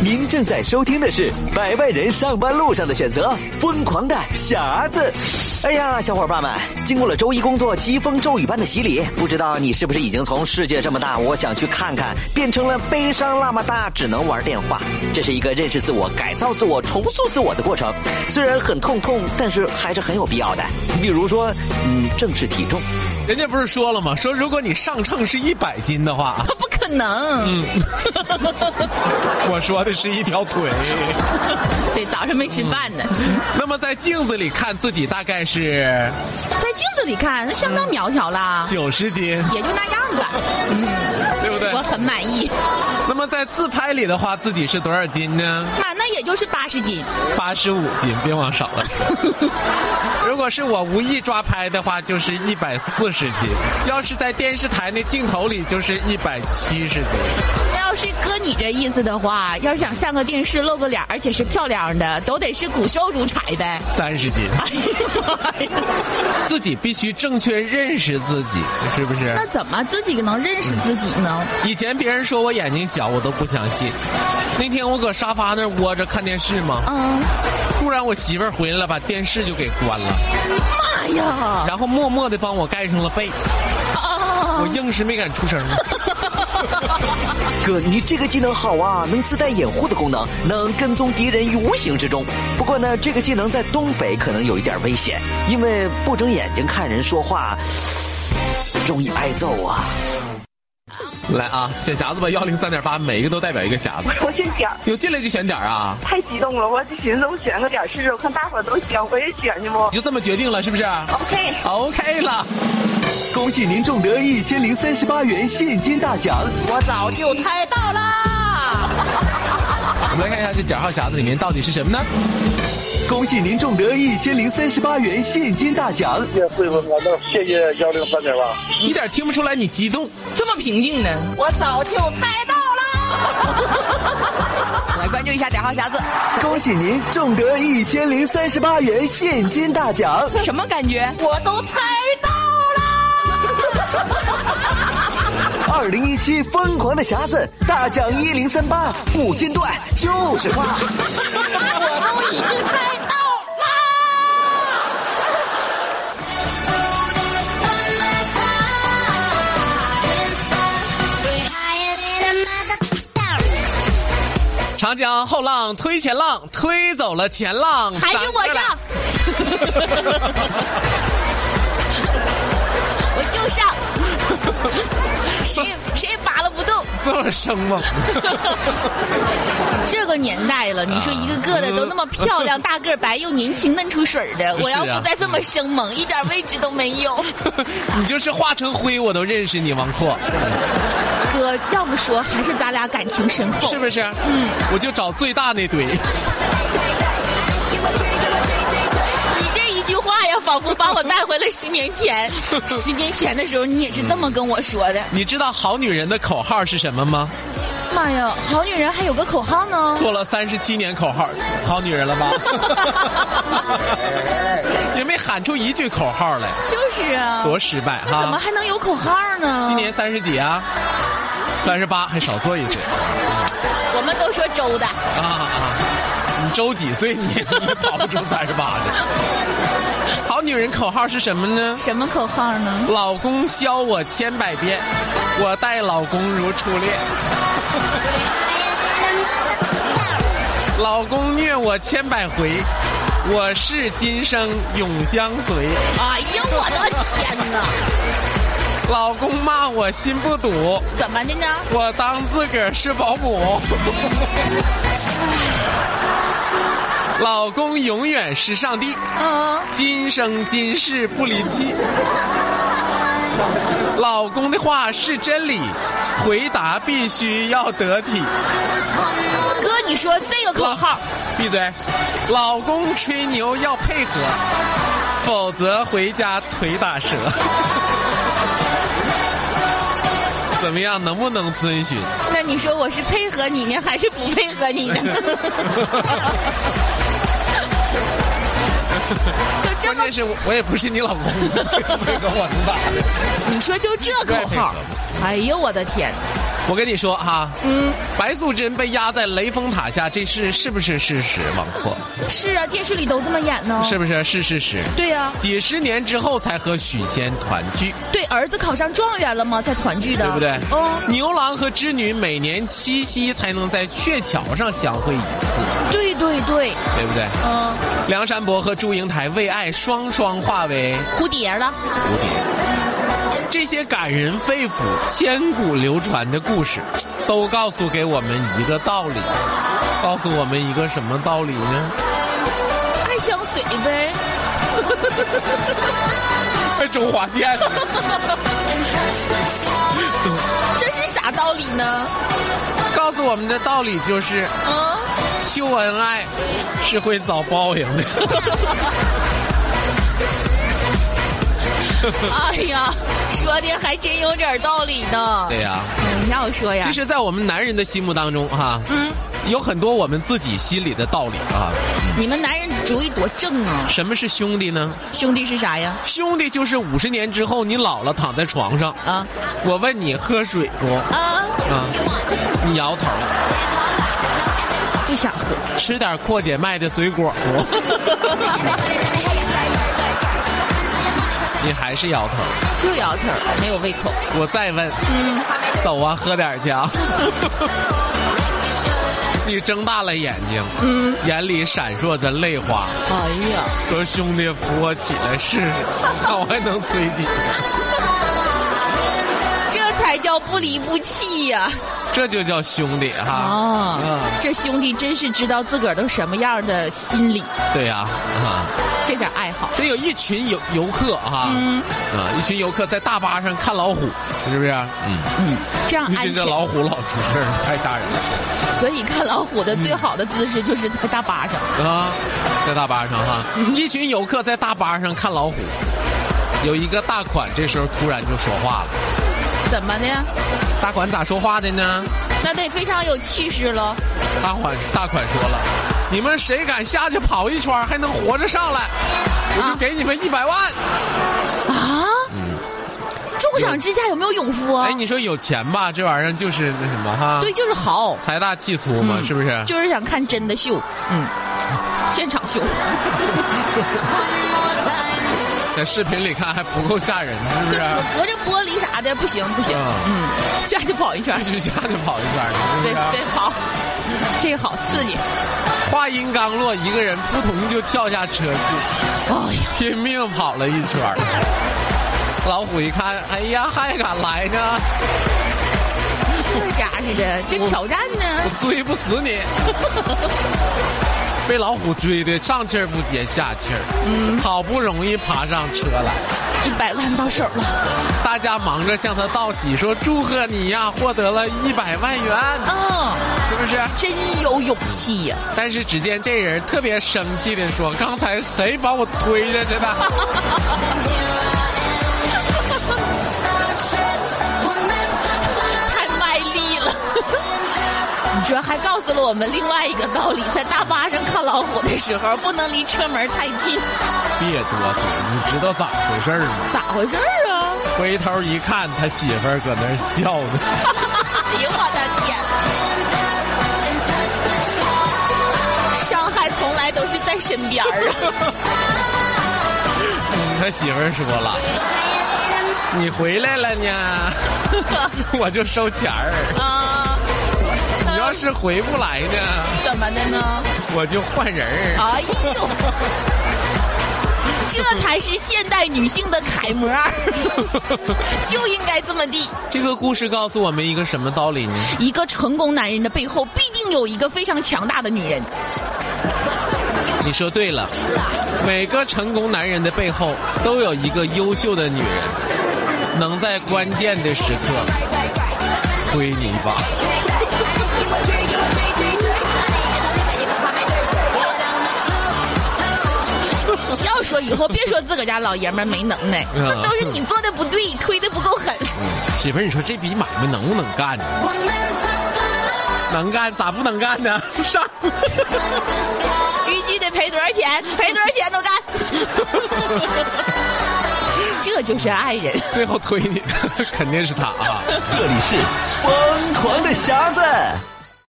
您正在收听的是《百万人上班路上的选择》，疯狂的匣子。哎呀，小伙伴们，经过了周一工作疾风骤雨般的洗礼，不知道你是不是已经从世界这么大，我想去看看，变成了悲伤辣妈哒，只能玩电话。这是一个认识自我、改造自我、重塑自我的过程，虽然很痛痛，但是还是很有必要的。比如说，嗯，正视体重。人家不是说了吗？说如果你上秤是一百斤的话， 不可能。我说的是一条腿。对，早上没吃饭呢，那么在镜子里看自己大概是在镜子里看，那相当苗条啦，九十斤，也就那样吧，对不对我？很满意。那么在自拍里的话，自己是多少斤呢？妈，那也就是八十斤，八十五斤，别往少了。如果是我无意抓拍的话，就是一百四十斤；要是在电视台那镜头里，就是一百七十斤。要是搁你这意思的话，要是想上个电视露个脸，而且是漂亮的，都得是骨瘦如柴呗。三十斤，自己必须正确认识自己，是不是那？怎么自己能认识自己呢？ 以前别人说我眼睛小，我都不相信。那天我搁沙发那儿窝着看电视嘛，嗯，突然我媳妇儿回来了，把电视就给关了，妈呀！然后默默的帮我盖上了被，我硬是没敢出声。哥，你这个技能好啊，能自带掩护的功能，能跟踪敌人于无形之中。不过呢，这个技能在东北可能有一点危险，因为不睁眼睛看人说话，容易挨揍啊。来啊，选匣子吧，幺零三点八，每一个都代表一个匣子，我选点儿，有进来就选点儿啊，太激动了，我就寻思我选个点儿试试，我看大伙儿都选，我也选去不你就这么决定了是不是？OK。 ？OK 了，恭喜您中得一千零三十八元现金大奖！我早就猜到啦。我们来看一下这点号匣子里面到底是什么呢？恭喜您中得一千零三十八元现金大奖！谢谢四分八道，谢谢幺零三点八。一点听不出来你激动，这么平静呢？我早就猜到啦。来关注一下点号匣子，恭喜您中得一千零三十八元现金大奖！什么感觉？我都猜到啦。二零一七疯狂的匣子大奖一零三八，不间断就是发。我都已经猜到 啦。长江后浪推前浪，推走了前浪，还是我咱哥俩 上，我就 上，谁谁也拔了不动。这么生吗？这个年代啊了，你说一个个的都那么漂 亮，大个儿白又年轻嫩出水儿的，我要是啊不再这么生 猛，一点位置都没有。 你就是化成灰我都认识你，王阔，哥，要不说还是咱俩感情深厚，是不是？嗯，我就找最大那堆。你这一句话呀，仿佛把我带回了十年 前。十年前的时候，你也是这么跟我说的。你知道好女人的口号是什么吗？妈呀，好女人还有个口号呢。做了三十七年口号，好女人了 吧？也没喊出一句口号来，就是啊，多失败那怎哈！么还能有口号呢？今年三十几啊？三十八，还少做一岁我们都说周的，啊啊！你周几岁你？你跑不出三十八的。好女人口号是什么呢？什么口号呢？老公削我千百遍，我待老公如初恋。老公虐我千百回，我是今生永相随。哎呦，我的天哪！老公骂我心不堵，怎么的呢？我当自个儿是保姆。 老公永远是上帝，嗯，今生今世不离弃。老公的话是真理，回答必须要得体。哥，你说这个口老号，号，闭嘴。老公吹牛要配合，否则回家腿打折。 怎么样，能不能遵循？那你说我是配合你呢，还是不配合 你呢？就这关么键，是我我也不是你老公，配合我能咋的？你说就这口号，哎呦我的天！我跟你说哈，嗯，白素贞被压在雷峰塔下，这是是不是事实？王阔，是啊，电视里都这么演呢。是不是是事实？对呀、几十年之后才和许仙团聚，对儿子考上状元了吗？才团聚的，对不对？嗯，牛郎和织女每年七夕才能在鹊桥上相会一次，对对对，对不对？嗯，梁山伯和祝英台为爱双双化为蝴蝶了，蝴蝶。这些感人肺腑、千古流传的故事，都告诉给我们一个道理，告诉我们一个什么道理呢？爱相随呗。中华剑。这是啥道理呢？告诉我们的道理就是，嗯，秀恩爱是会遭报应的。哎呀，说的还真有点道理呢。对 呀、嗯，那我说呀，其实，在我们男人的心目当中，哈、嗯，有很多我们自己心里的道理啊。你们男人主意多正啊！什么是兄弟呢？兄弟是啥呀？兄弟就是五十年之后你老了躺在床上，啊我问你喝水不？啊，啊，你摇头。不想喝。吃点阔姐卖的水果不？你还是摇头。又摇头，没有胃口。我再问，走啊，喝点去啊。你睁大了眼睛，嗯，眼里闪烁着泪花，哎呀，说：“兄弟，扶我起来试试，看我还能推几。这才叫不离不弃呀、”这就叫兄弟哈。啊！嗯这兄弟真是知道自个儿都什么样的心理，对呀、啊，这点爱好。这有一群游游客哈，嗯啊，一群游客在大巴上看老虎，是不是？嗯，嗯，这样最安近这。全老虎老出事儿了，太吓人了。所以看老虎的最好的姿势就是在大巴上。啊，在大巴上哈，嗯一群游客在大巴上看老虎，有一个大款这时候突然就说话了。嗯怎么的？大款咋说话的呢？那得非常有气势喽。大款大款说了：“你们谁敢下去跑一圈还能活着上来，我就给你们一百万。啊？重赏之下有没有勇夫嗯啊哎，？你说有钱吧，这玩意儿就是那什么哈，对，就是好，财大气粗嘛，嗯是不是？就是想看真的秀，嗯，啊现场秀。在视频里看还不够吓人，是不是？隔隔着玻璃啥的不行不行，嗯，下去跑 一圈下，去下去跑 一圈去，是对不是？对跑，这个好刺激。话音刚落，一个人扑通就跳下车去。哎呀，拼命跑了一圈儿。老虎一看，哎呀，还敢来呢？哎这家似的，这挑战我呢？追不死你！ 被老虎追的上气儿不接下气儿，好不容易爬上车来，一百万到手了大家忙着向他道喜，说祝贺你呀，获得了一百万元，啊！是不是？真有勇气呀、但是只见这人特别生气的说：“刚才谁把我推下去的？”太卖力了。 你说还告诉了我们另外一个道理，在大巴上看老虎的时候，不能离车门太近。 别哆嗦，你知道咋回事儿吗？咋回事儿啊？回头一看，他媳妇儿搁那儿笑呢。哎呦我的天！伤害从来都是在身边儿啊！ 他媳妇儿说了：“你回来了呢， 我就收钱儿。啊， 你要是回不来呢，怎么的呢？我就换人 儿。哎呦，这才是现代女性的楷模儿，就应该这么地。”这个故事告诉我们一个什么道理呢？一个成功男人的背后，必定有一个非常强大的女人。你说对了，每个成功男人的背后都有一个优秀的女人，能在关键的时刻推你一把。要说以后，别说自个儿家老爷们儿没能耐，嗯都是你做的不对，推的不够狠。媳妇儿，你说这笔买卖能不能干呢？能干，咋不能干呢？上。预计得赔多少钱？赔多少钱都干。 这就是爱人。最 后推你的肯定是他啊。这里是疯狂的匣子。